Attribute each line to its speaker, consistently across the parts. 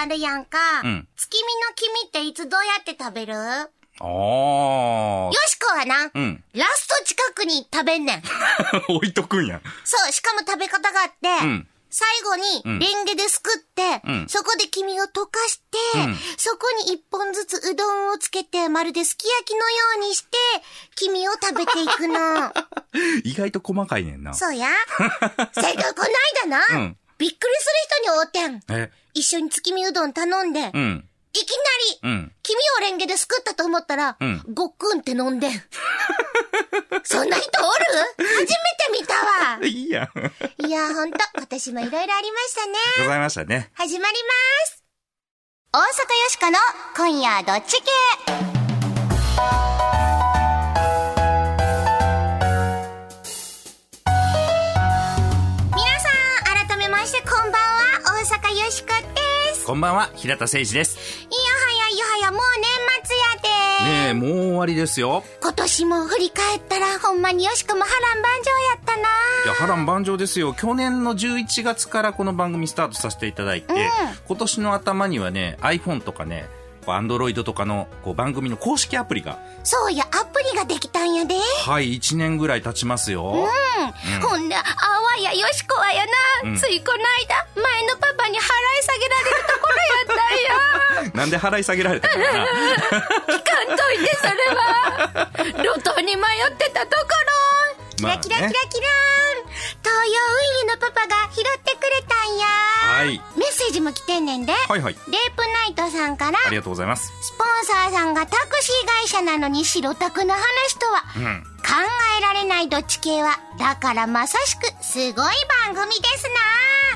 Speaker 1: あるやんか。
Speaker 2: うん
Speaker 1: 月見の君っていつどうやって食べるよ
Speaker 2: あ
Speaker 1: しこはな、
Speaker 2: うん
Speaker 1: ラスト近くに食べんねん。
Speaker 2: あ。 置いとくんや。
Speaker 1: そう、しかも食べ方があって、
Speaker 2: ん
Speaker 1: 最後に、
Speaker 2: ん
Speaker 1: レンゲですくって、
Speaker 2: うん
Speaker 1: そこで黄身を溶かして、
Speaker 2: うん
Speaker 1: そこに一本ずつうどんをつけて、まるですき焼きのようにして、黄身を食べていく の。
Speaker 2: 意外と細かいねんな。
Speaker 1: そうや。それがこないだな、
Speaker 2: うん
Speaker 1: びっくりする人に会うてん。
Speaker 2: え、
Speaker 1: 一緒に月見うどん頼んで、
Speaker 2: うん、
Speaker 1: いき
Speaker 2: う
Speaker 1: なり、
Speaker 2: ん。
Speaker 1: 黄身をレンゲですくったと思ったら、
Speaker 2: うん
Speaker 1: ごっくんって飲んで ん。そんな人おる初めて見たわ。
Speaker 2: いいやん。ありがと
Speaker 1: いやーほんと、私もいろいろありましたね。
Speaker 2: うございましたね。
Speaker 1: 始まります。大阪よしこの今夜どっち系皆さん、改めましてこんばんは、大阪よしこです。
Speaker 2: こんばんは、平田誠二です。
Speaker 1: いやはやいやはや、もう年末やで
Speaker 2: ねえ、もう終わりですよ。
Speaker 1: 今年も振り返ったら、ほんまによしこも波乱万丈やったない
Speaker 2: や波乱万丈ですよ去年の11月からこの番組スタートさせていただいて、今年の頭にはね iPhone とかねアンドロイドとかのこう番組の公式アプリが
Speaker 1: そうや、アプリができたんやで。
Speaker 2: はい1年ぐらい経ちますよ、
Speaker 1: ほんで、あわやよしこはやな、ついこの間、前のパパに払い下げられるところやっ
Speaker 2: なんで払い下げられたのかな
Speaker 1: た んや。聞かんといて、それは。路頭に迷ってたところ。キ
Speaker 2: まあ
Speaker 1: ラ
Speaker 2: ね
Speaker 1: キラキラキラーン。東洋運輸のパパが拾ってくれたんや。
Speaker 2: はい
Speaker 1: メッセージも来てんねんで。
Speaker 2: はいはい
Speaker 1: レープナイトさんから
Speaker 2: あ、りがとうございます
Speaker 1: スポンサーさんがタクシー会社なのに白タクの話とは、
Speaker 2: うん
Speaker 1: 考えられないどっち系は、だからまさしくすごい番組です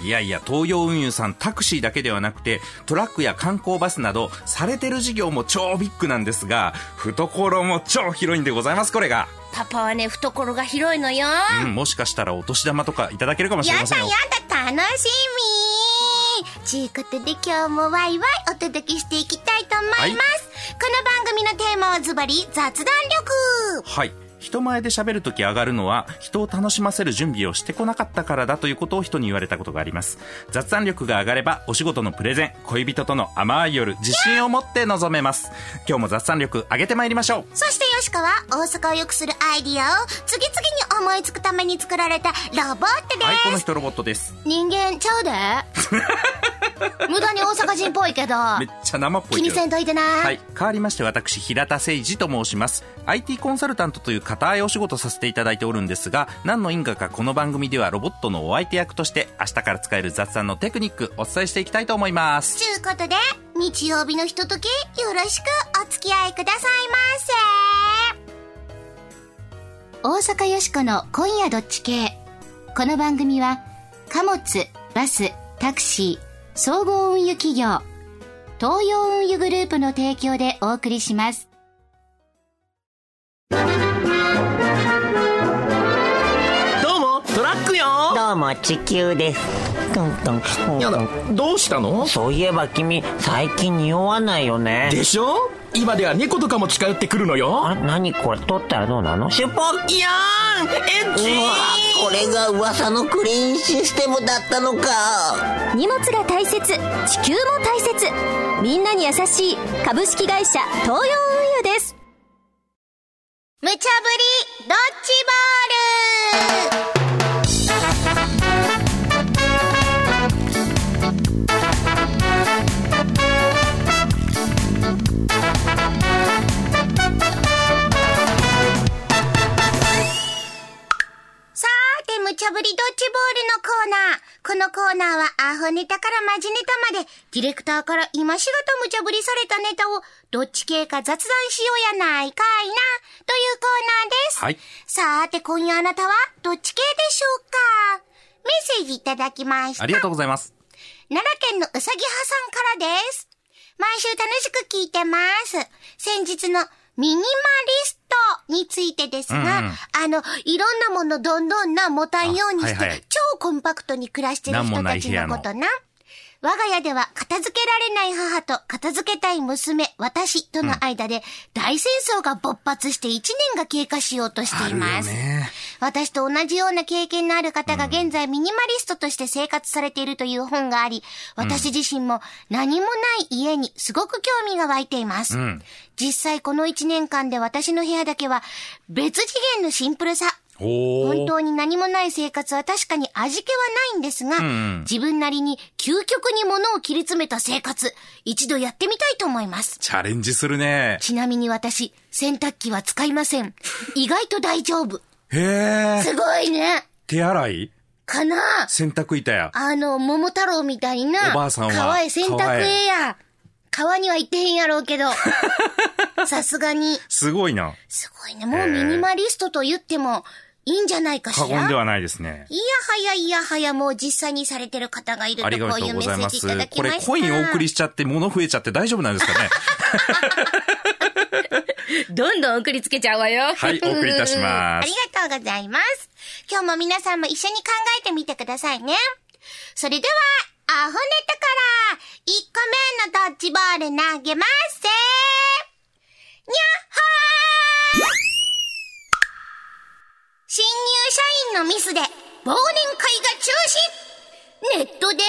Speaker 1: な。
Speaker 2: いやいや東洋運輸さんタクシーだけではなくてトラックや観光バスなどされてる事業も超ビッグなんですが懐も超広いんでございますこれが、
Speaker 1: パパはね、懐が広いのよ。
Speaker 2: うん、もしかしたらお年玉とかいただけるかもしれ
Speaker 1: や
Speaker 2: ませ
Speaker 1: だ
Speaker 2: ん
Speaker 1: や
Speaker 2: よ
Speaker 1: だ、楽しみちゅうことで今日もワイワイお届けしていきたいと思います。
Speaker 2: はい
Speaker 1: この番組のテーマはズバリ、雑談力
Speaker 2: はい。人前で喋るとき上がるのは、人を楽しませる準備をしてこなかったからだということを人に言われたことがあります。雑談力が上がれば、お仕事のプレゼン、恋人との甘い夜、自信を持って臨めます。今日も雑談力上げてまいりましょう。
Speaker 1: そしてよしかは大阪を良くするアイディアを次々に思いつくために作られたロボットで
Speaker 2: はい、この
Speaker 1: す。
Speaker 2: 人ロボットです。
Speaker 1: 人間ちゃう で無駄に大阪人っぽいけど、
Speaker 2: めっちゃ生っぽい
Speaker 1: 気
Speaker 2: け
Speaker 1: に
Speaker 2: ど。
Speaker 1: せんといてな。
Speaker 2: はい。変わりまして私、平田誠二と申します。IT コンサルタントという固いお仕事させていただいておるんですが、何の因果かこの番組ではロボットのお相手役として、明日から使える雑談のテクニック、お伝えしていきたいと思います。
Speaker 1: ちゅうことで、日曜日のひととき、よろしくお付き合いくださいませ。大阪よしこの今夜どっち系。この番組は、貨物、バス、タクシー、総合運輸企業、東洋運輸グループの提供でお送りします。
Speaker 3: どうもトラックよ
Speaker 4: どうも地球ですトントントン
Speaker 3: や
Speaker 4: ト
Speaker 3: だ
Speaker 4: ン
Speaker 3: どうしたの
Speaker 4: そういえば君最近匂わないよね
Speaker 3: でしょ今では猫とかも近寄ってくるのよ
Speaker 4: あ何これ取ったらどうなのシュポッ
Speaker 3: いやーんエッチ
Speaker 4: これが噂のクリーンシステムだったのか
Speaker 5: 荷物が大切地球も大切みんなに優しい株式会社東洋運輸です
Speaker 1: 無茶ぶり、ドッジボールさーて、無茶ぶりドッジボールのコーナー。このコーナーはアホネタからマジネタまで、ディレクターから今しがと無茶ぶりされたネタを、どっち系か雑談しようやないかいな、というコーナーです。
Speaker 2: は
Speaker 1: さ
Speaker 2: い
Speaker 1: ーて、今夜あなたは、どっち系でしょうかメッセージいただきました。
Speaker 2: ありがとうございます。
Speaker 1: 奈良県のうさぎはさんからです。毎週楽しく聞いてます。先日のミニマリストについてですが、
Speaker 2: うんうん
Speaker 1: あの、いろんなものどんどんな持たんようにして、
Speaker 2: あはいはい
Speaker 1: 超コンパクトに暮らしてる人たちのことな。我が家では片付けられない母と片付けたい娘、私との間で大戦争が勃発して1年が経過しようとしています。私と同じような経験のある方が現在ミニマリストとして生活されているという本があり、私自身も何もない家にすごく興味が湧いています。
Speaker 2: ん
Speaker 1: 実際この1年間で私の部屋だけは別次元のシンプルさ、
Speaker 2: お
Speaker 1: 本
Speaker 2: ー。
Speaker 1: 当に何もない生活は確かに味気はないんですが、
Speaker 2: ん
Speaker 1: 自分なりに究極に物を切り詰めた生活、一度やってみたいと思います。
Speaker 2: チャレンジするね。
Speaker 1: ちなみに私、洗濯機は使いません。意外と大丈夫。
Speaker 2: へえ。
Speaker 1: すごいね。
Speaker 2: 手洗い
Speaker 1: かな
Speaker 2: 洗濯板や。
Speaker 1: あの、桃太郎みたいな、
Speaker 2: おばあさんは
Speaker 1: 川へ洗濯へや。川には行ってへんやろうけど。さすがに。
Speaker 2: すごいな。
Speaker 1: すごいね。もうミニマリストと言ってもいいんじゃないかし
Speaker 2: 過
Speaker 1: ら。
Speaker 2: 言ではないですね。
Speaker 1: いやはやいやはやもう実際にされてる方がいる
Speaker 2: あり
Speaker 1: とこ
Speaker 2: が
Speaker 1: う
Speaker 2: と
Speaker 1: いうう
Speaker 2: ご
Speaker 1: メ
Speaker 2: ざい
Speaker 1: ッ
Speaker 2: ま
Speaker 1: セージい
Speaker 2: す
Speaker 1: ただ。き
Speaker 2: こ
Speaker 1: ま
Speaker 2: れ
Speaker 1: した。
Speaker 2: コインお送りしちゃって物増えちゃって大丈夫なんで すかね
Speaker 5: どんどん送りつけちゃうわよ。
Speaker 2: はい、お送りいたし
Speaker 1: あ
Speaker 2: ま
Speaker 1: り
Speaker 2: す。
Speaker 1: がとうございます。今日も皆さんも一緒に考えてみてくださいね。それでは、アホネタから、1個目のドッジボール投げますせーにゃっほー新入社員のミスで忘年会が中止ネットで激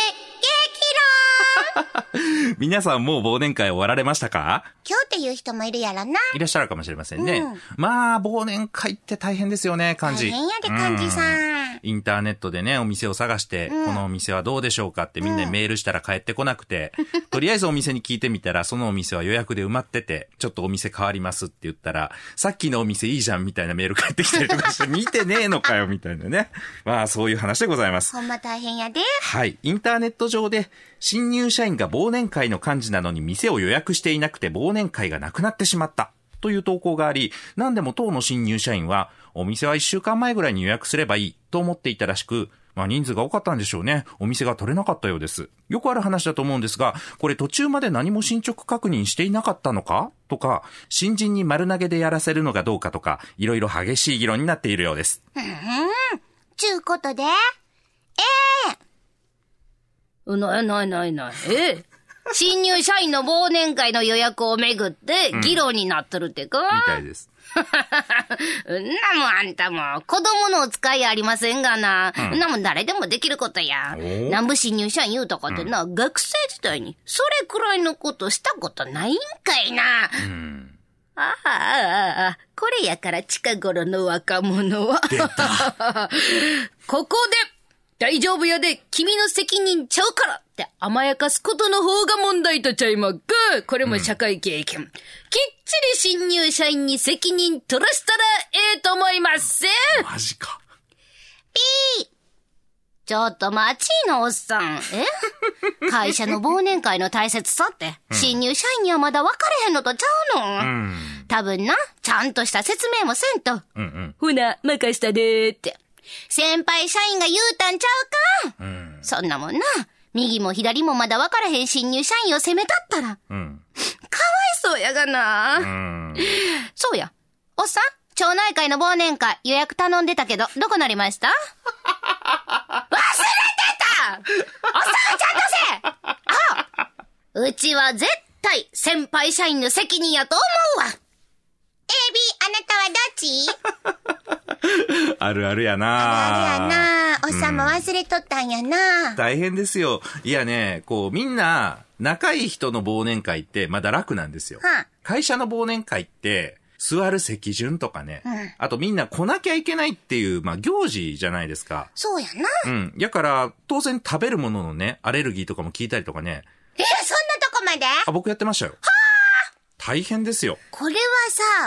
Speaker 1: 論
Speaker 2: 皆さんもう忘年会終わられましたか
Speaker 1: 今日っていう人もいるやろな。
Speaker 2: いらっしゃるかもしれません
Speaker 1: う
Speaker 2: ね。まあ、忘年会って大変ですよね、漢字。
Speaker 1: 大変やで、漢字さ。
Speaker 2: うんインターネットでね、お店を探して、このお店はどうでしょうかってみんなにメールしたら帰ってこなく て、とりあえずお店に聞いてみたら、そのお店は予約で埋まってて、ちょっとお店変わりますって言ったら、さっきのお店いいじゃんみたいなメール返ってきたりとかして、見てねえのかよみたいなね。まあ、そういう話でございます。
Speaker 1: ほんま大変やで。
Speaker 2: はい。インターネット上で、新入社員が忘年会の幹事なのに店を予約していなくて忘年会がなくなってしまった。という投稿があり、何でも当の新入社員は、お店は一週間前ぐらいに予約すればいいと思っていたらしく、まあ人数が多かったんでしょうね。お店が取れなかったようです。よくある話だと思うんですが、これ途中まで何も進捗確認していなかったのかとか、新人に丸投げでやらせるのかどうかとか、いろいろ激しい議論になっているようです。
Speaker 1: ちゅうことで、
Speaker 6: ないないないない。え新入社員の忘年会の予約をめぐって議論になっとるってか、
Speaker 2: みたいです。
Speaker 6: ん、なもんあんたも、子供のお使いありませんがな。ん、なもん誰でもできることや。
Speaker 2: ー
Speaker 6: 南部新入社員言うとかってな、学生時代にそれくらいのことしたことないんかいな。ああ、ああ、ああ、これやから近頃の若者は。 ここで、大丈夫やで、君の責任ちゃうからって甘やかすことの方が問題とちゃいまっか。これも社会経験。きっちり新入社員に責任取らしたらええと思いますせん。
Speaker 2: マジか。
Speaker 6: ちょっと待ちいな、おっさん。 え会社の忘年会の大切さって、新入社員にはまだ分かれへんのとちゃうの、多分な、ちゃんとした説明もせんと。
Speaker 2: うんうん。
Speaker 6: ほな、任したでーって。先輩社員が言うたんちゃうか、そんなもんな。右も左もまだ分からへん新入社員を責めたったら。
Speaker 2: うん。
Speaker 6: そうやがな、
Speaker 2: うん。
Speaker 6: そうや。おっさん、町内会の忘年会予約頼んでたけど、どこなりま した忘れてたおっさんちゃんとせあうちは絶対先輩社員の責任やと思うわ
Speaker 1: AB、あなたはどっち
Speaker 2: あるあるやな
Speaker 1: あれやなおっさんも忘れとったんやな、
Speaker 2: 大変ですよ。いやね、こう、みんな、仲いい人の忘年会って、まだ楽なんですよ。
Speaker 1: はあ
Speaker 2: 会社の忘年会って、座る席順とかね、
Speaker 1: ん
Speaker 2: あとみんな来なきゃいけないっていう、まあ、行事じゃないですか。
Speaker 1: そうやな。
Speaker 2: うん。だから、当然食べるもののね、アレルギーとかも聞いたりとかね。
Speaker 1: え、そんなとこまで
Speaker 2: あ、僕やってましたよ。大変ですよ。
Speaker 1: これは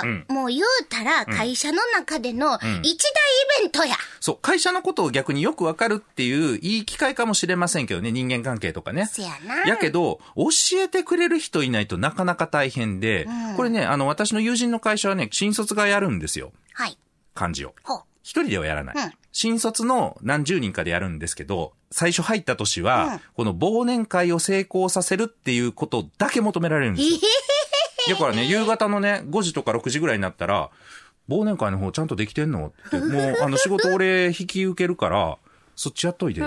Speaker 1: さ、
Speaker 2: うん
Speaker 1: もう言うたら会社の中での一大イベントや。
Speaker 2: そう、会社のことを逆によくわかるっていう、いい機会かもしれませんけどね、人間関係とかね。
Speaker 1: せやな
Speaker 2: やけど、教えてくれる人いないとなかなか大変で、これね、あの、私の友人の会社はね、新卒がやるんですよ。
Speaker 1: はい。
Speaker 2: 漢字を。
Speaker 1: ほう。
Speaker 2: 一人ではやらない。
Speaker 1: うん
Speaker 2: 新卒の何十人かでやるんですけど、最初入った年は、
Speaker 1: うん
Speaker 2: この忘年会を成功させるっていうことだけ求められるんですよ。だからね、夕方のね、5時とか6時ぐらいになったら、忘年会の方ちゃん とできてんのって、もう、あの、仕事俺引き受けるから、そっちやっといて。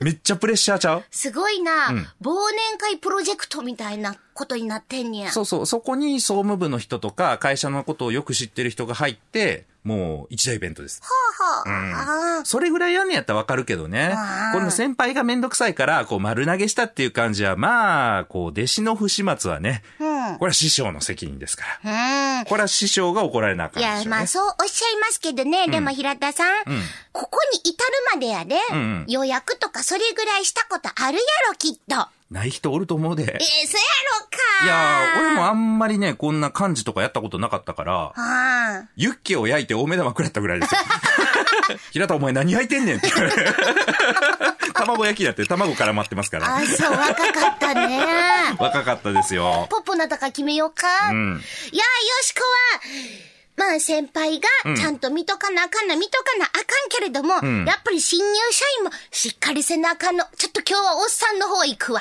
Speaker 2: めっちゃプレッシャーちゃう
Speaker 1: すごいな、
Speaker 2: うん
Speaker 1: 忘年会プロジェクトみたいなことになってんねや。
Speaker 2: そうそう、そこに総務部の人とか、会社のことをよく知ってる人が入って、もう一大イベントです。
Speaker 1: はあはああー
Speaker 2: それぐらいやんねやったらわかるけどね
Speaker 1: あ。ー
Speaker 2: この先輩がめんどくさいから、こう丸投げしたっていう感じは、まあ、こう弟子の不始末はね、これは師匠の責任ですから。
Speaker 1: うん。
Speaker 2: これは師匠が怒られなあか
Speaker 1: い
Speaker 2: んで
Speaker 1: や、
Speaker 2: すよ、ね。
Speaker 1: まあそうおっしゃいますけどね。でも平田さん,、ここに至るまでやで、
Speaker 2: んうん
Speaker 1: 予約とかそれぐらいしたことあるやろ、きっと。
Speaker 2: ない人おると思うで
Speaker 1: えー、。そやろか。
Speaker 2: いやー、俺もあんまりね、こんな漢字とかやったことなかったから、
Speaker 1: ああ。
Speaker 2: ユッケを焼いて大目玉食らったぐら いですよ。平田お前何焼いてんねんって言われる卵焼きだって卵絡まってますから。
Speaker 1: あ、そう、若かったね。
Speaker 2: 若かったですよ。
Speaker 1: ポッポなだか決めようか。
Speaker 2: うん
Speaker 1: いやー、よしこは、まあ先輩がちゃんと見とかなあかんな、見とかなあかんけれども、
Speaker 2: ん
Speaker 1: やっぱり新入社員もしっかりせなあかんの。ちょっと今日はおっさんの方行く わ。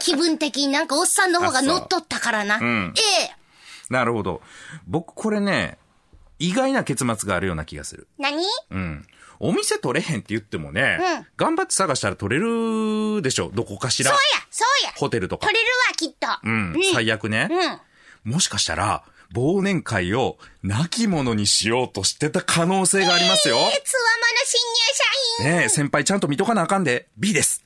Speaker 1: 気分的になんかおっさんの方が乗っとったからな。
Speaker 2: ん
Speaker 1: ええ
Speaker 2: なるほど。僕これね、意外な結末があるような気がする。
Speaker 1: 何
Speaker 2: うん。お店取れへんって言ってもね、
Speaker 1: うん
Speaker 2: 頑張って探したら取れるでしょ。どこかしら
Speaker 1: そう。や、そうや。
Speaker 2: ホテルとか
Speaker 1: 取。れるわ、きっと。
Speaker 2: うん。最悪ね。
Speaker 1: うん。
Speaker 2: もしかしたら、忘年会を亡き者にしようとしてた可能性がありますよ。
Speaker 1: えつわまの新入社員。
Speaker 2: ねえ、先輩ちゃんと見とかなあかんで。B です。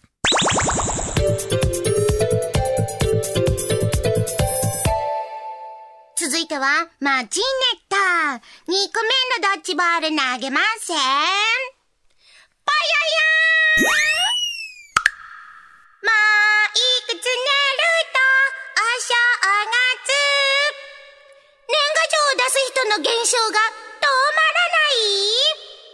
Speaker 1: 続いては、マジネット。2個目のドッジボール投げません。ぽよよーんもういくつ寝ると、お正月。年賀状を出す人の現象が止まらない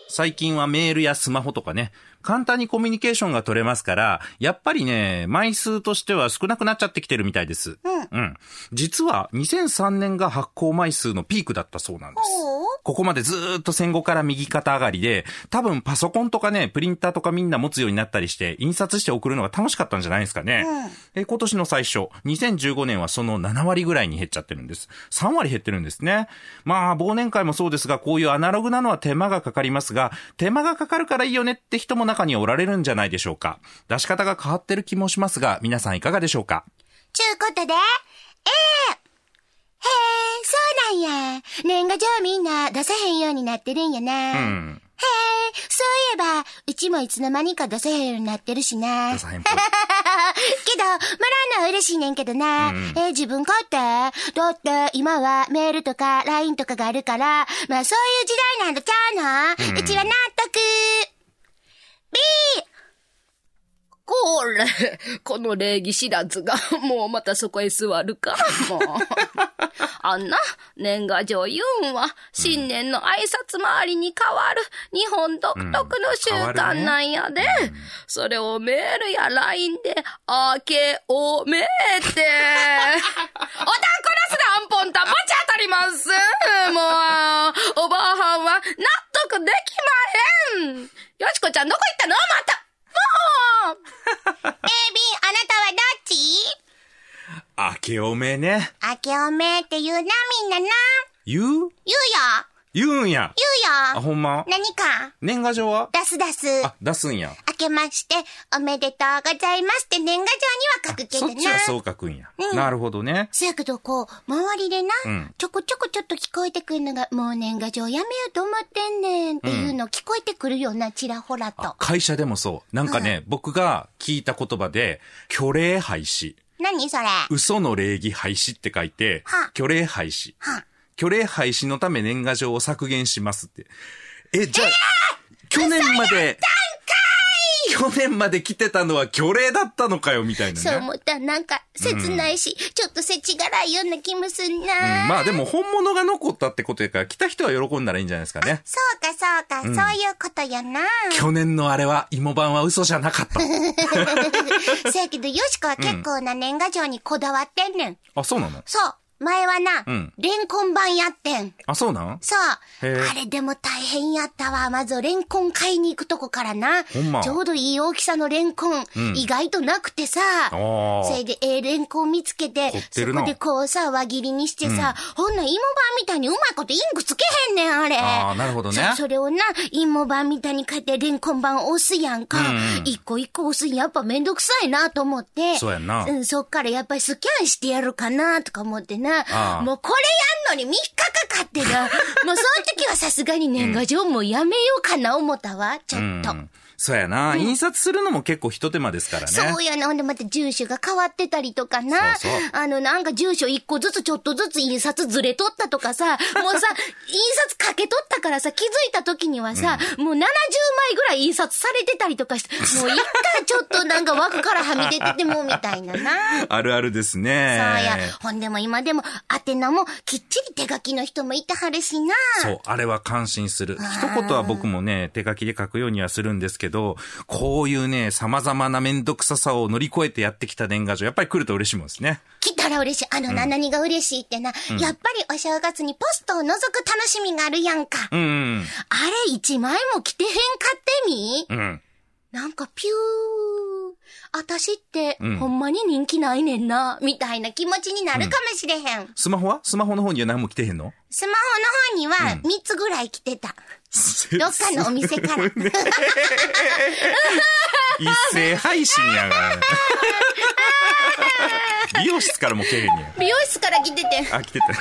Speaker 2: 最近はメールやスマホとかね、簡単にコミュニケーションが取れますから、やっぱりね、枚数としては少なくなっちゃってきてるみたいです。うん。実は2003年が発行枚数のピークだったそうなんです。
Speaker 1: おう
Speaker 2: ここまでずーっと戦後から右肩上がりで、多分パソコンとかね、プリンターとかみんな持つようになったりして、印刷して送るのが楽しかったんじゃないですかね。え今年の最初、2015年はその7割ぐらいに減っちゃってるんです。3割減ってるんですね。まあ、忘年会もそうですが、こういうアナログなのは手間がかかりますが、手間がかかるからいいよねって人も中にはおられるんじゃないでしょうか。出し方が変わってる気もしますが、皆さんいかがでしょうか
Speaker 1: ちゅうことで、ええへえ、そうなんや。年賀状みんな出せへんようになってるんやな。
Speaker 2: うん。
Speaker 1: へえ、そういえば、うちもいつの間にか出せへんようになってるしな。
Speaker 2: 出さへん
Speaker 1: け
Speaker 2: ぽい
Speaker 1: ど、もらうのは嬉しいねんけどな。えー自分勝手。だって、今はメールとか LINE とかがあるから、まあそういう時代なんだちゃうの、うちは納得。B!
Speaker 6: これ、この礼儀知らずが、もうまたそこへ座るか、 もう。あんな、年賀状言うんは、新年の挨拶回りに変わる、日本独特の習慣なんやで。それをメールや LINE で、明けお めえって。おたんこらすらんぽんた、ぶち当たります。もう、おばあはんは納得できまへん。よしこちゃんどこ行ったのまた。もう
Speaker 1: A、B、あなたはどっち
Speaker 2: 明けおめね。
Speaker 1: 明けおめって言うな、みんなな。
Speaker 2: 言う
Speaker 1: 言うよ。
Speaker 2: 言うんや。
Speaker 1: 言う
Speaker 2: あ、
Speaker 1: よ。
Speaker 2: ほんま。
Speaker 1: 何か
Speaker 2: 年賀状は
Speaker 1: 出す出す。
Speaker 2: あ、出すんや。
Speaker 1: 明けまして、おめでとうございますって年賀状には書くけど
Speaker 2: そ
Speaker 1: な。
Speaker 2: っちはそう書くんや。
Speaker 1: うん
Speaker 2: なるほどね。
Speaker 1: そやけど、こう、周りでな、
Speaker 2: うん
Speaker 1: ちょこちょこちょっと聞こえてくるのが、もう年賀状やめようと思ってんねんっていうの聞こえてくるような、ちらほらと。
Speaker 2: 会社でもそう。なんかね、僕が聞いた言葉で、虚礼廃止。
Speaker 1: 何それ
Speaker 2: 嘘の礼儀廃止って書いて
Speaker 1: はあ、
Speaker 2: 虚礼廃止。
Speaker 1: は
Speaker 2: 虚礼廃止のため年賀状を削減しますって。え、じゃあ、去年まで、去年まで来てたのは虚礼だったのかよ、みたいなね。
Speaker 1: そう思ったらなんか、切ないし、ちょっとせちがらいような気もすんな。
Speaker 2: うんまあでも本物が残ったってことやから、来た人は喜んだらいいんじゃないですかね。
Speaker 1: そうかそうか、そういうことや な。
Speaker 2: 去年のあれは、芋版は嘘じゃなかった。
Speaker 1: そやけど、よしこは結構な年賀状にこだわってんねん。
Speaker 2: あ、そうなの
Speaker 1: そう。前はな、
Speaker 2: うん
Speaker 1: レンコン版やってん。
Speaker 2: あ、そうなん
Speaker 1: そう。
Speaker 2: へえ
Speaker 1: あれでも大変やったわ。まず、レンコン買いに行くとこからな。
Speaker 2: ほんま
Speaker 1: ちょうどいい大きさのレンコン、
Speaker 2: ん
Speaker 1: 意外となくてさ。
Speaker 2: あー
Speaker 1: それで、ええレンコン見つけて
Speaker 2: 凝っ、て
Speaker 1: そ
Speaker 2: るな
Speaker 1: こでこうさ、輪切りにしてさ、ほんなら芋版みたいにうまいことインクつけへんねん、あれ。
Speaker 2: あーなるほどね
Speaker 1: そそれをな、芋版みたいに買って、レンコン版押すやんか。一個一個押すんやっぱめんどくさいなと思って。
Speaker 2: そうやんな
Speaker 1: うん、そっからやっぱりスキャンしてやるかな、とか思ってな。
Speaker 2: あー
Speaker 1: もうこれやんのに3日かかってな。もうその時はさすがに年賀状もうやめようかな思ったわ、ちょっと。
Speaker 2: うん。そうやな、印刷するのも結構一手間ですからね。
Speaker 1: そうやな。ほんでまた住所が変わってたりとかな。
Speaker 2: そうそう
Speaker 1: あの、なんか住所一個ずつちょっとずつ印刷ずれとったとか さ、もうさ、印刷かけとったからさ、気づいた時にはさ、もう70枚ぐらい印刷されてたりとかして、もう一回ちょっとなんか枠からはみ出ててもみたいな な。
Speaker 2: あるあるですね。
Speaker 1: そうや。ほんでも今でも、宛名もきっちり手書きの人もいてはるしな。
Speaker 2: そう、あれは感心する。一言は僕もね、手書きで書くようにはするんですけど、こういうね、様々なめんどくささを乗り越えてやってきた年賀状、やっぱり来ると嬉しいもんですね。
Speaker 1: 来たら嬉しい。あのな、何が嬉しいってな。やっぱりお正月にポストを覗く楽しみがあるやんか。
Speaker 2: うんうん
Speaker 1: あれ一枚も着てへんかってみ
Speaker 2: うん。うん。
Speaker 1: なんかピュー。私って、
Speaker 2: うん
Speaker 1: ほんまに人気ないねんな、みたいな気持ちになるかもしれへん。
Speaker 2: スマホはスマホの方には何も来てへんの
Speaker 1: スマホの方には3つぐらい着てた。どっかのお店から。
Speaker 2: 一斉配信やが。美容室からも来えへんや。
Speaker 6: 美容室から来てて。ポッ
Speaker 2: あ、来てた。
Speaker 6: ポなっ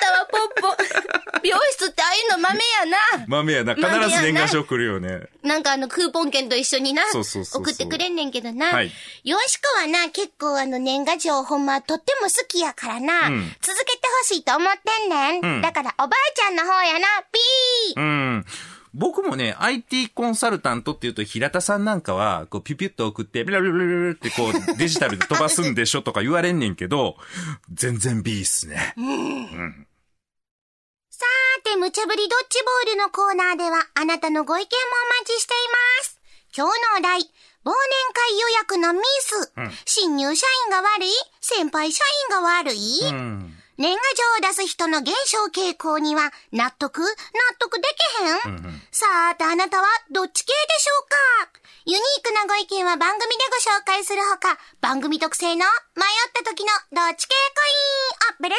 Speaker 6: たわ、ポッポ。美容室ってああいうの豆やな。
Speaker 2: 豆やな。必ず年賀状来るよね。
Speaker 1: なんかあのクーポン券と一緒にな、
Speaker 2: そうそうそうそう
Speaker 1: 送ってくれんねんけどな。
Speaker 2: はい
Speaker 1: よしこはな、結構あの年賀状ほんまとっても好きやからな、
Speaker 2: うん
Speaker 1: 続けてほしいと思ってんねん。
Speaker 2: うん
Speaker 1: だからおばあちゃんの方やな、ピー、
Speaker 2: うん。僕もね、IT コンサルタントっていうと、平田さんなんかは、こう、ピュピュッと送って、ビラビラビラビラってこう、デジタルで飛ばすんでしょとか言われんねんけど、全然 B っすね。
Speaker 1: さて、無茶ぶりドッジボールのコーナーでは、あなたのご意見もお待ちしています。今日のお題、忘年会予約のミス、新入社員が悪い先輩社員が悪い、
Speaker 2: うん。
Speaker 1: 年賀状を出す人の減少傾向には納得納得できへん、さああなたはどっち系でしょうかユニークなご意見は番組でご紹介するほか、番組特製の迷った時のどっち系コインをプレゼン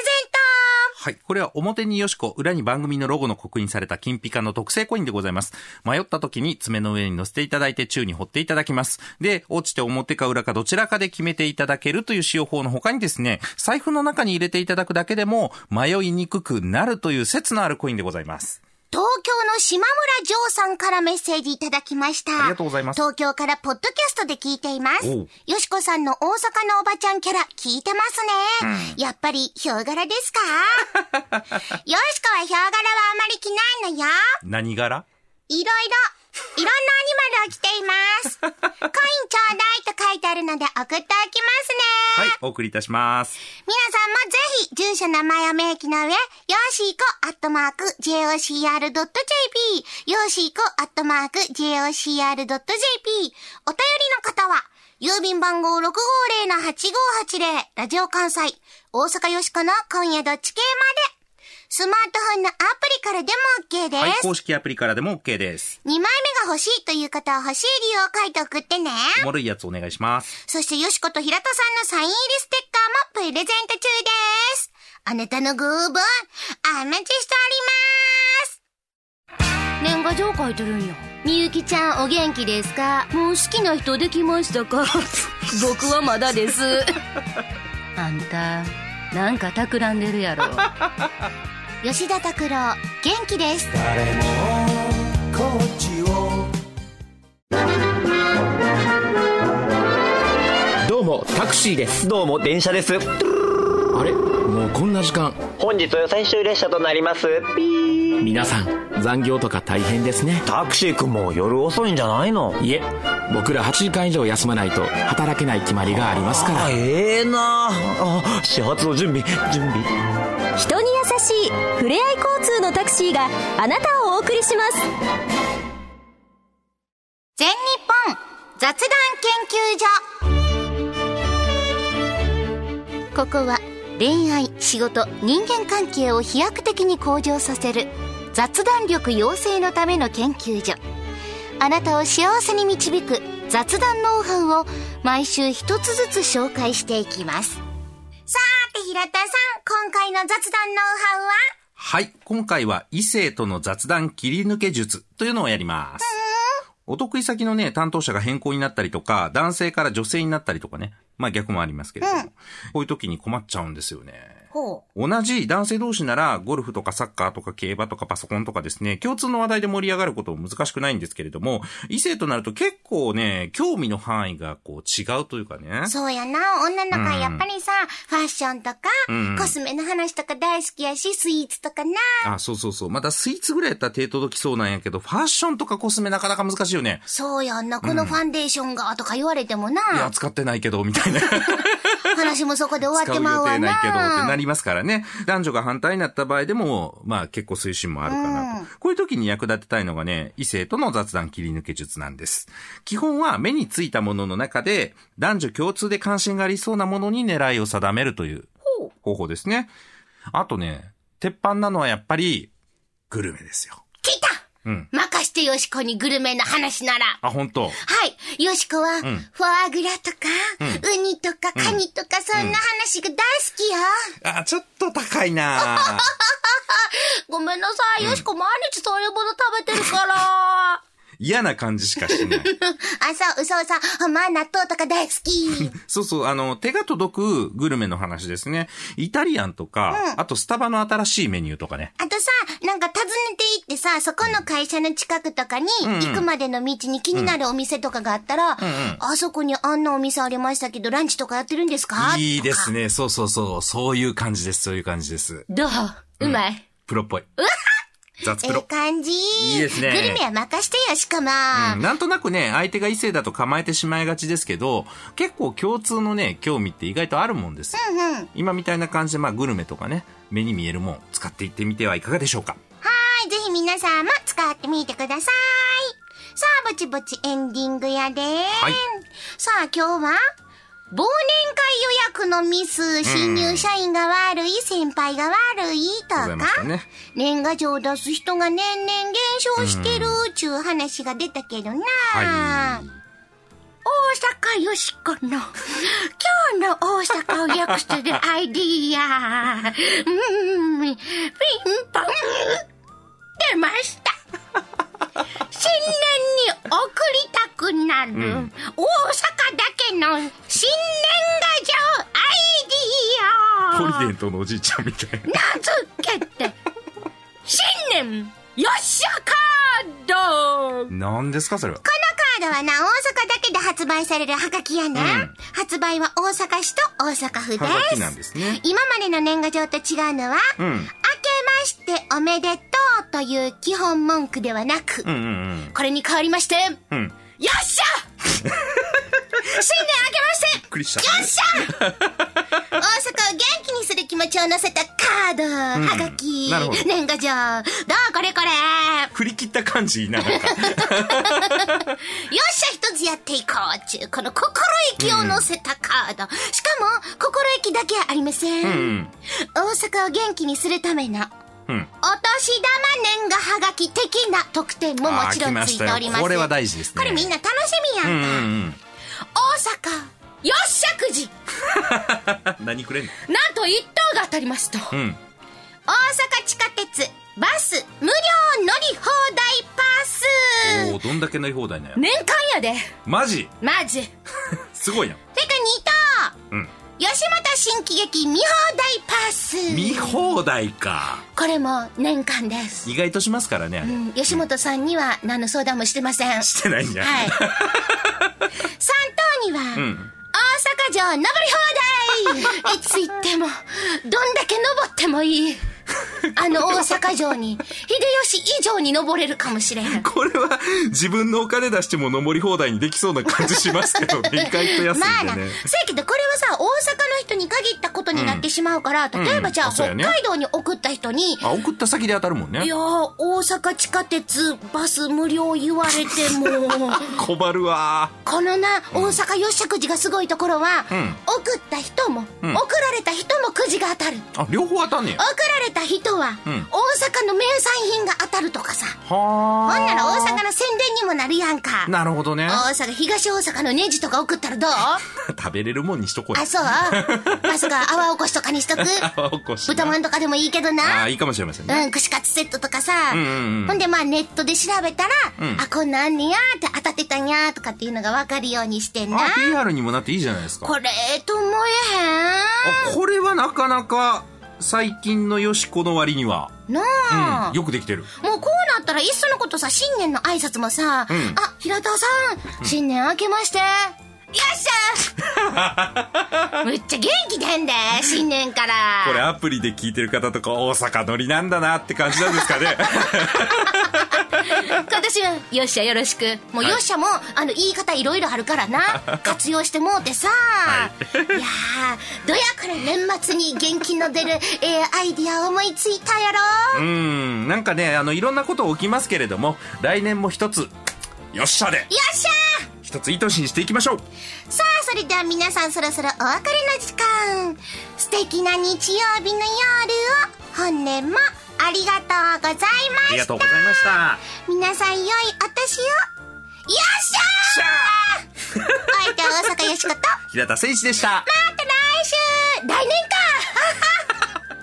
Speaker 2: はい。これは表によしこ、裏に番組のロゴの刻印された金ピカの特製コインでございます。迷った時に爪の上に乗せていただいて宙に掘っていただきます。で、落ちて表か裏かどちらかで決めていただけるという使用法の他にですね、財布の中に入れていただくだけでも迷いにくくなるという説のあるコインでございます。
Speaker 1: ト。東京の島村城さんからメッセージいただきました。あ
Speaker 2: りがとうございます
Speaker 1: 東京からポッドキャストで聞いています。
Speaker 2: おう
Speaker 1: よしこさんの大阪のおばちゃんキャラ聞いてますね。やっぱりヒョウ柄です かよしこはヒョウ柄はあまり着ないのよ。
Speaker 2: 何柄
Speaker 1: いろいろ、いろんなアニマルを着ています。コインちょうだいと書いてあるので送っておきますね。
Speaker 2: はい、お送りいたします。
Speaker 1: 皆さんもぜひ、住所名前を明記の上、よーしーこ、アットマーク、jocr.jp、よーしーこ、アットマーク、jocr.jp。お便りの方は、郵便番号650-8580、ラジオ関西、大阪よしこの今夜どっち系まで。スマートフォンのアプリからでも OK です。
Speaker 2: はい、公式アプリからでも OK です。
Speaker 1: 2枚目が欲しいという方は欲しい理由を書いて送ってね。
Speaker 2: おもろいやつお願いします。
Speaker 1: そして、よしこと平田さんのサイン入りステッカーもプレゼント中です。あなたのご応募、お待ちして
Speaker 6: 年賀状書いてるんや。
Speaker 1: おります。みゆきちゃん、お元気ですか
Speaker 6: もう好きな人できました か僕はまだです。あんた、なんか企んでるやろ。
Speaker 1: 吉田拓郎、元気です。
Speaker 3: どうもタクシーです
Speaker 7: どうも電車です
Speaker 3: あれもうこんな時間
Speaker 7: 本日最終列車となりますピー
Speaker 3: 皆さん残業とか大変ですね
Speaker 7: タクシーくんも夜遅いんじゃないの
Speaker 3: いえ僕ら8時間以上休まないと働けない決まりがありますから
Speaker 7: あええなあ始発の準備準備
Speaker 5: 人に優しいふれあい交通のタクシーがあなたをお送りします
Speaker 1: 全日本雑談研究所ここは恋愛仕事人間関係を飛躍的に向上させる雑談力養成のための研究所あなたを幸せに導く雑談ノウハウを毎週一つずつ紹介していきますさーて平田さん今回の雑談ノウハウは
Speaker 2: はい。今回は異性との雑談切り抜け術というのをやります。お得意先のね、担当者が変更になったりとか、男性から女性になったりとかね。まあ逆もありますけれども。こういう時に困っちゃうんですよね。同じ男性同士なら、ゴルフとかサッカーとか競馬とかパソコンとかですね、共通の話題で盛り上がることも難しくないんですけれども、異性となると結構ね、興味の範囲がこう違うというかね。
Speaker 1: そうやな、女の子はやっぱりさ、ファッションとか、コスメの話とか大好きやし、スイーツとかな。
Speaker 2: あ、そうそうそう。まだスイーツぐらいやったら手届きそうなんやけど、ファッションとかコスメなかなか難しいよね。
Speaker 1: そうやんな、このファンデーションが、とか言われてもな、
Speaker 2: いや、使ってないけど、みた いな。
Speaker 1: 話もそこで終わ
Speaker 2: 使
Speaker 1: って
Speaker 2: う予
Speaker 1: まうわ
Speaker 2: 定ないけど、ってな
Speaker 1: な。
Speaker 2: りますからね。男女が反対になった場合でも、まあ結構推進もあるかなと。こういう時に役立てたいのがね、異性との雑談切り抜け術なんです。基本は目についたものの中で、男女共通で関心がありそうなものに狙いを定めるという方法ですね。あとね、鉄板なのはやっぱり、グルメですよ。
Speaker 1: 来た、
Speaker 2: うん
Speaker 1: 任してよしこにグルメの話なら。
Speaker 2: あ、本当
Speaker 1: はい。よしこは、フォアグラとか、ウニとか、カニとか、そんな話が大好きよ。
Speaker 2: あ、ちょっと高いな
Speaker 1: ごめんなさい、よしこ毎日そういうもの食べてる から。
Speaker 2: 嫌な感じしかしない。
Speaker 1: あ、そう、嘘嘘。ほんま、納豆とか大好き。
Speaker 2: そうそう、あの、手が届くグルメの話ですね。イタリアンとか、あとスタバの新しいメニューとかね。
Speaker 1: あとさ、なんか訪ねて行ってさ、そこの会社の近くとかに、行くまでの道に気になるお店とかがあったら、あそこにあんなお店ありましたけど、ランチとかやってるんですか
Speaker 2: いいで
Speaker 1: と
Speaker 2: す
Speaker 1: か
Speaker 2: ね。そうそうそう。そういう感じです。そういう感じです。
Speaker 6: どううまい。
Speaker 2: プロっぽい。雑
Speaker 1: え
Speaker 2: プ
Speaker 1: え
Speaker 2: ロ。
Speaker 1: 感じ。い
Speaker 2: いですね
Speaker 1: グルメは任してよ、しかも。
Speaker 2: うんなんとなくね、相手が異性だと構えてしまいがちですけど、結構共通のね、興味って意外とあるもんですよ。今みたいな感じで、まあ、グルメとかね、目に見えるもん、使っていってみてはいかがでしょうか。
Speaker 1: はい、ぜひ皆さんも使ってみてください。さあ、ぼちぼちエンディングやで。
Speaker 2: い
Speaker 1: さあ、今日は、忘年会予約のミス、新入社員が悪い、先輩が悪いと
Speaker 2: ございまし
Speaker 1: か、
Speaker 2: たね。
Speaker 1: 年賀状を出す人が年々減少してる、ちゅう話が出たけどな。
Speaker 2: はい。
Speaker 6: 大阪よしこの、今日の大阪を訳するアイディア。うーん、ピンポン、出ま した。新年に送りたくなる、大阪だけの新年賀状アイディア。
Speaker 2: ホリデントのおじいちゃんみたいな。
Speaker 6: 名付けて、新年、よっしゃカード
Speaker 2: 何ですか、それは。
Speaker 1: このカードはな、大阪だけで発売されるハガキやな。発売は大阪市と大阪府で
Speaker 2: はがき
Speaker 1: す。
Speaker 2: なんですね。
Speaker 1: 今までの年賀状と違うのは、
Speaker 2: うん。
Speaker 1: 明けましておめでとうという基本文句ではなく、
Speaker 2: うんうん
Speaker 1: これに変わりまして、よっし
Speaker 2: うん。うん。びっ
Speaker 1: ゃ 新年明けまして
Speaker 2: くりした。
Speaker 1: よっしゃ 大阪を元気にする気持ちを乗せたカード、はがき
Speaker 2: なるほど、
Speaker 1: 年賀状、どうこれこれ
Speaker 2: 振り切った感じいいな、なんか。
Speaker 1: よっしゃ一つやっていこうっちゅう、この心意気を乗せたカード。しかも、心意気だけはありません。
Speaker 2: うん。
Speaker 1: 大阪を元気にするための、
Speaker 2: うん。
Speaker 1: お年玉年賀はがき的な特典ももちろんついております。
Speaker 2: あー来ましたよこれは大事ですね
Speaker 1: これみんな楽しみや
Speaker 2: うんん
Speaker 1: か。
Speaker 2: うん
Speaker 1: 大阪、よっしゃくじ、
Speaker 2: うん。何くれんの
Speaker 6: なんと一等が当たりますと。
Speaker 2: うん。
Speaker 1: 大阪地下鉄、バス、無料乗り放題パス。
Speaker 2: おおどんだけ乗り放題なんや。
Speaker 6: 年間やで。
Speaker 2: マジ
Speaker 6: マジ。
Speaker 2: すごいな。
Speaker 1: てか2
Speaker 2: うん。
Speaker 1: 等、吉本新喜劇見放題パス。
Speaker 2: 見放題か。
Speaker 1: これも年間です。
Speaker 2: 意外としますからね、あれ。
Speaker 1: うん吉本さんには何の相談もしてません。
Speaker 2: してないんや。
Speaker 1: はい。三等には、
Speaker 2: ん
Speaker 1: 大阪城登り放題いつ行っても、どんだけ登ってもいい。あの大阪城 に、秀吉以上に登れるかもしれん。
Speaker 2: これは自分のお金出しても登り放題にできそうな感じしますけどね。意外と安いんでね。
Speaker 1: まあな。そやけどこれはさ、大阪の人に限ったことになってしまうから、
Speaker 2: ん
Speaker 1: 例えばじゃあ、
Speaker 2: うんそうや
Speaker 1: 北
Speaker 2: ね
Speaker 1: 海道に送った人に、
Speaker 2: あ、送った先で当たるもん
Speaker 1: い
Speaker 2: ね
Speaker 1: や。ー、大阪地下鉄、バス無料言われても、
Speaker 2: 困るわ
Speaker 1: このな、大阪吉くじがすごいところは、
Speaker 2: ん
Speaker 1: 送った人も、
Speaker 2: ん
Speaker 1: 送られた人もくじが当たる。
Speaker 2: ー。あ、両方当たんねや。
Speaker 1: 送られた人は、
Speaker 2: うん
Speaker 1: 大阪の名産品が当たるとかさ。
Speaker 2: は
Speaker 1: ほ
Speaker 2: あ。
Speaker 1: んなら大阪の宣伝にもなるやんか。
Speaker 2: なるほどね。
Speaker 1: 大阪、東大阪のネジとか送った らどうあ、
Speaker 2: 食べれるもんにしとこうよ。
Speaker 1: そう まさか泡おこしとかにしとく
Speaker 2: 泡 起こしな
Speaker 1: 豚まんとかでもいいけど
Speaker 2: あ
Speaker 1: な
Speaker 2: あ、。いいかもしれませんね。
Speaker 1: うん、串カツセットとかさ。
Speaker 2: んうんうん
Speaker 1: ほんでまあネットで調べたら、
Speaker 2: うん
Speaker 1: あ、こんなんあんねやーって当たってたんやーとかっていうのがわかるようにしてんな
Speaker 2: あ、。PR にもなっていいじゃないですか。
Speaker 1: これ、と思えへ
Speaker 2: あこれはなかなか最近のよしこの割には、
Speaker 1: ん。なあ
Speaker 2: う、ん、よくできてる。
Speaker 1: もうこうなったらいっそのことさ、新年の挨拶もさ、
Speaker 2: ん
Speaker 1: あ、平田さん、新年明けまして。よっしゃ むっちゃ元気出んで、新年から。
Speaker 2: これアプリで聞いてる方とか大阪乗りなんだなって感じなんですかね。
Speaker 1: 私は、よっしゃよろしく。もうよっしゃも、あの、言い方いろいろあるからな。活用してもうてさ。い、やー、どやこれ年末に元気の出る、えーアイディア思いついたやろ。
Speaker 2: うん、なんかね、あの、いろんなこと起きますけれども、来年も一つ、よっしゃで、
Speaker 1: よっしゃ
Speaker 2: 一ついい年にしていきましょう
Speaker 1: さあそれでは皆さんそろそろお別れの時間素敵な日曜日の夜を本年もありがとうござい
Speaker 2: あ
Speaker 1: ま
Speaker 2: りが
Speaker 1: し
Speaker 2: とう
Speaker 1: た
Speaker 2: ございました。
Speaker 1: 皆さん良いお年をよっしゃー お相手は大阪よしことま
Speaker 2: 平田誠一でし
Speaker 1: た
Speaker 2: た。
Speaker 1: 来週来年か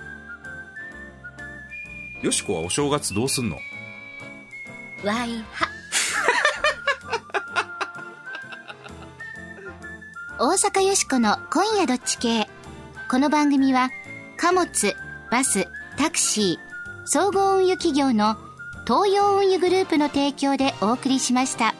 Speaker 2: よしこはお正月どうすんの
Speaker 1: ワイハ大阪よしこの今夜どっち系この番組は貨物バスタクシー総合運輸企業の東洋運輸グループの提供でお送りしました。